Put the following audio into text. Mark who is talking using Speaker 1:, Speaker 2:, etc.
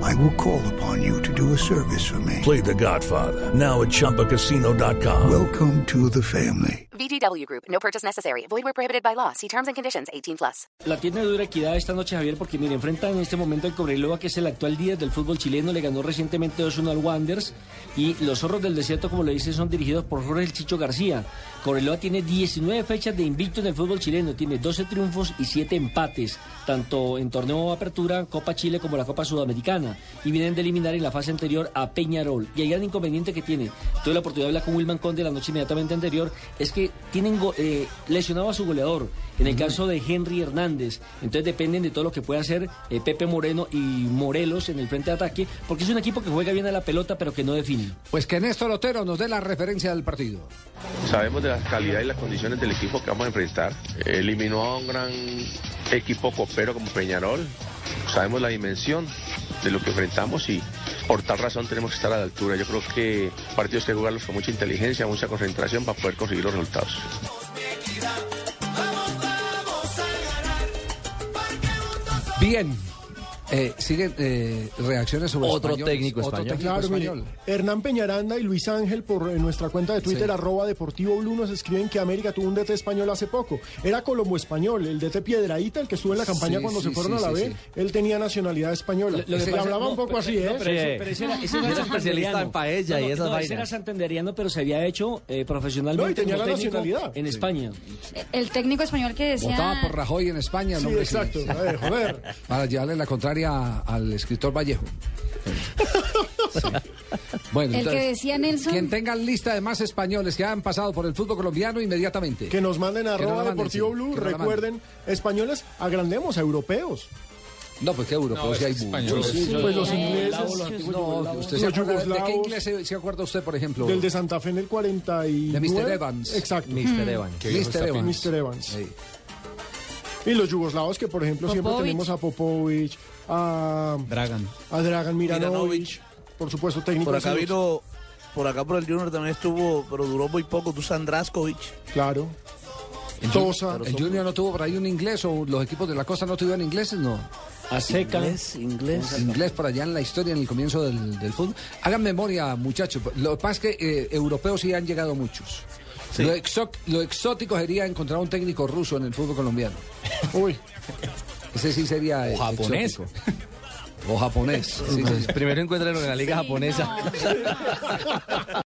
Speaker 1: I will call upon you to do a service for me.
Speaker 2: Play The Godfather now at ChumbaCasino.com.
Speaker 1: Welcome to the family.
Speaker 3: VGW Group. No purchase necessary. Void where prohibited by law. See terms and conditions. 18 plus.
Speaker 4: La tienda de dura equidad esta noche, Javier, porque mire, enfrentan en este momento al Cobreloa, que es el actual líder del fútbol chileno. Le ganó recientemente 2-1 al Wanderers. Y los zorros del desierto, como le dicen, son dirigidos por Jorge El Chicho García. Cobreloa tiene 19 fechas de invicto en el fútbol chileno. Tiene 12 triunfos y 7 empates, tanto en torneo de apertura, Copa Chile, como la Copa Sudamericana. Y vienen de eliminar en la fase anterior a Peñarol. Y el gran inconveniente que tiene, tuve la oportunidad de hablar con Wilman Conde la noche inmediatamente anterior, es que tienen go- eh, lesionado a su goleador. En el caso de Henry Hernández, entonces dependen de todo lo que pueda hacer eh, Pepe Moreno y Morelos en el frente de ataque, porque es un equipo que juega bien a la pelota, pero que no define.
Speaker 5: Pues que Néstor Otero nos dé la referencia del partido.
Speaker 6: Sabemos de la calidad y las condiciones del equipo que vamos a enfrentar. Eliminó a un gran equipo copero como Peñarol. Sabemos la dimensión de lo que enfrentamos y por tal razón tenemos que estar a la altura. Yo creo que partidos hay que jugarlos con mucha inteligencia, mucha concentración para poder conseguir los resultados.
Speaker 5: Bien. Eh, siguen eh, reacciones sobre
Speaker 7: Otro
Speaker 5: españoles.
Speaker 7: técnico español.
Speaker 5: Otro técnico
Speaker 8: Claro, mire,
Speaker 5: español.
Speaker 8: Hernán Peñaranda y Luis Ángel por eh, nuestra cuenta de Twitter,
Speaker 5: Sí.
Speaker 8: arroba Deportivo Blue, nos escriben que América tuvo un DT español hace poco. Era colombo español, el DT Piedraíta, el que estuvo en la campaña
Speaker 5: Sí,
Speaker 8: cuando
Speaker 5: sí,
Speaker 8: se fueron
Speaker 5: sí,
Speaker 8: a la
Speaker 5: sí,
Speaker 8: B,
Speaker 5: sí.
Speaker 8: él tenía nacionalidad
Speaker 4: Lo-
Speaker 8: española.
Speaker 4: lo que
Speaker 8: Se
Speaker 4: pasa-
Speaker 8: hablaba
Speaker 4: no,
Speaker 8: un poco
Speaker 4: pero-
Speaker 8: así,
Speaker 4: pero-
Speaker 8: ¿eh?
Speaker 4: pero ese- pero ese era- ese no
Speaker 7: Era
Speaker 4: era
Speaker 7: especialista en
Speaker 4: santanderiano.
Speaker 7: paella y esas
Speaker 4: no, ese
Speaker 7: vainas.
Speaker 4: era santanderiano, pero se había hecho eh, profesionalmente
Speaker 8: No, y tenía
Speaker 4: como
Speaker 8: la
Speaker 4: técnico
Speaker 8: nacionalidad.
Speaker 4: en España.
Speaker 9: El técnico español que decía.
Speaker 5: Votaba por Rajoy en España, el
Speaker 8: Sí,
Speaker 5: hombre que-
Speaker 8: exacto. A ver, joder.
Speaker 5: para llevarle la contraria al escritor Vallejo. Sí. Bueno,
Speaker 9: El que
Speaker 5: entonces,
Speaker 9: decía Nelson.
Speaker 5: quien tenga lista de más españoles que han pasado por el fútbol colombiano inmediatamente.
Speaker 8: Que nos manden a
Speaker 5: Que no
Speaker 8: arroba
Speaker 5: la manden,
Speaker 8: Deportivo
Speaker 5: sí,
Speaker 8: Blue.
Speaker 5: que no la
Speaker 8: Recuerden, españoles, agrandemos a europeos.
Speaker 5: No, pues que europeos sí hay muchos.
Speaker 8: Pues los
Speaker 9: sí,
Speaker 8: ingleses,
Speaker 5: No, usted se
Speaker 8: Los
Speaker 5: acuerda- ¿De qué
Speaker 8: yugoslavos.
Speaker 5: inglés se, se acuerda usted, por ejemplo?
Speaker 8: del de Santa Fe en el 49.
Speaker 5: De Mr. Evans.
Speaker 8: Exacto.
Speaker 7: Mr. Evan.
Speaker 5: Mr. Evans.
Speaker 8: Mr. Evans.
Speaker 5: Sí.
Speaker 8: Y los yugoslavos que, por ejemplo, siempre
Speaker 9: Popovic.
Speaker 8: tenemos a Popovic, a...
Speaker 10: Dragan.
Speaker 8: A Dragan Miranovic, por supuesto, técnico.
Speaker 10: Por
Speaker 8: de
Speaker 10: acá
Speaker 8: Santos.
Speaker 10: vino, por acá por el Junior también estuvo, pero duró muy poco, Dusan Draskovic.
Speaker 8: Claro. Tosa.
Speaker 5: ¿El Junior no tuvo por ahí un inglés o los equipos de la costa no tuvieron ingleses? No.
Speaker 4: A seca.
Speaker 10: Inglés, inglés.
Speaker 5: Inglés por allá en la historia, en el comienzo del, del fútbol. Hagan memoria, muchachos. Lo que pasa es que eh, europeos sí han llegado muchos. Lo, exo- lo exótico sería encontrar un técnico ruso en el fútbol colombiano.
Speaker 8: Uy,
Speaker 5: Ese sí sería. eh,
Speaker 7: japonés.
Speaker 5: exótico. O japonés. sí, sí, sí.
Speaker 7: Primero encuentran en la liga
Speaker 9: Sí,
Speaker 7: japonesa.
Speaker 9: no.